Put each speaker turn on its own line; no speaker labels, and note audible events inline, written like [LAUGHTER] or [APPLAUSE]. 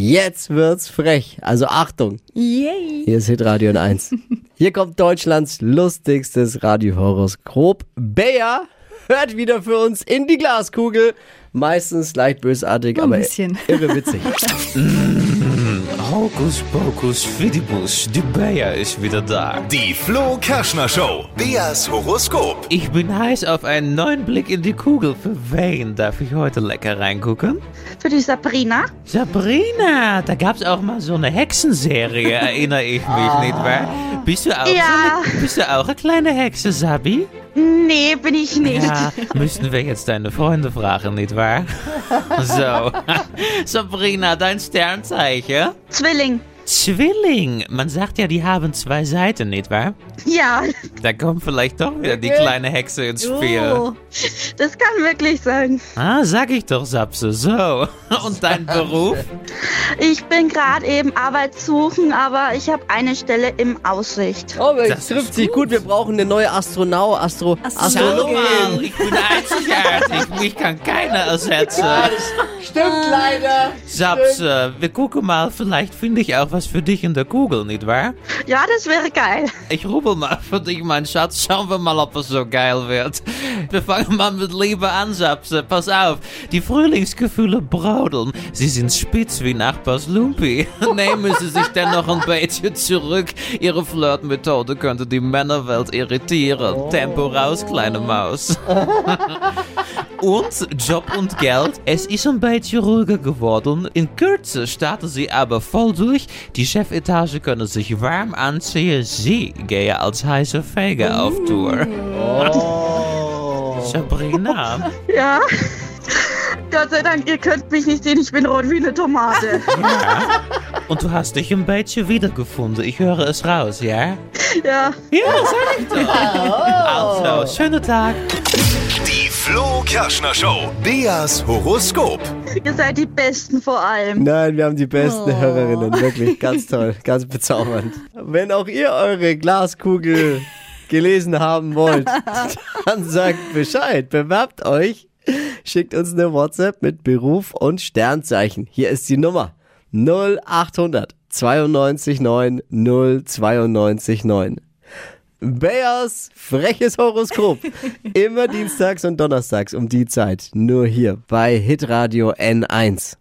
Jetzt wird's frech. Also Achtung.
Yay.
Hier ist Hitradio in
[LAUGHS]
1. Hier kommt Deutschlands lustigstes Radiohoroskop. Bea hört wieder für uns in die Glaskugel. Meistens leicht bösartig,
Nur ein
aber
bisschen.
[LAUGHS] irre witzig.
Hokus Pokus Fidibus, die Bayer ist wieder da.
Die Flo Kerschner Show. Beas Horoskop.
Ich bin heiß auf einen neuen Blick in die Kugel. Für wen darf ich heute lecker reingucken?
Für die Sabrina?
Sabrina, da gab's auch mal so eine Hexenserie, erinnere ich mich, nicht wahr? Bist du auch,
Ja.
so eine, bist du auch eine kleine Hexe, Sabi?
Nee, bin ich nicht.
Ja, müssten wir jetzt deine Freunde fragen, nicht wahr? So, Sabrina, dein Sternzeichen?
Zwilling.
Zwilling. Man sagt ja, die haben zwei Seiten, nicht wahr?
Ja,
Da kommt vielleicht doch wieder die kleine Hexe ins Spiel.
Oh.
das kann wirklich sein.
Ah, sag ich doch, Sapse. So. [LAUGHS] Und dein Beruf?
Ich bin gerade eben arbeitssuchen, aber ich habe eine Stelle im Aussicht.
Oh, das,
Das
trifft
ist
sich gut. Wir brauchen eine neue Astronau, Astro,
Schau
Astrologin.
mal, ich bin einzigartig. Mich kann keiner ersetzen.
Stimmt
Ah.
leider.
Sapse, wir gucken mal. Vielleicht finde ich auch was für dich in der Kugel, nicht wahr?
Ja, das wäre geil.
Ich rufe mal für dich, mein Schatz. Schauen wir mal, ob es so geil wird. Wir fangen mal mit Liebe an, Sapse. Pass auf. Die Frühlingsgefühle brodeln. Sie sind spitz wie Nachbars [LAUGHS] Lumpi. Nehmen Sie sich dennoch ein bisschen zurück. Ihre Flirtmethode könnte die Männerwelt irritieren. Tempo raus, kleine Maus. Und Job und Geld. Es ist ein bisschen ruhiger geworden. In Kürze starten sie aber voll durch. Die Chefetage können sich warm anziehen. Sie gehen als heiße Fege auf Tour. Sabrina.
Ja. Gott sei Dank, ihr könnt mich nicht sehen, ich bin rot wie eine Tomate.
Ja. Und du hast dich ein bisschen wiedergefunden. Ich höre es raus, ja?
ja.
Ja, sag ich doch. Also, schönen Tag.
Die Flo Kerschner Show. Beas Horoskop.
Ihr seid die Besten vor allem.
Nein, wir haben die besten Hörerinnen. Wirklich ganz toll, ganz bezaubernd. Wenn auch ihr eure Glaskugel gelesen haben wollt, dann sagt Bescheid. Bewerbt euch. Schickt uns eine WhatsApp mit Beruf und Sternzeichen. Hier ist die Nummer 0800 92 9 092 9. Beas freches Horoskop. Immer dienstags und donnerstags um die Zeit. Nur hier bei Hitradio N1.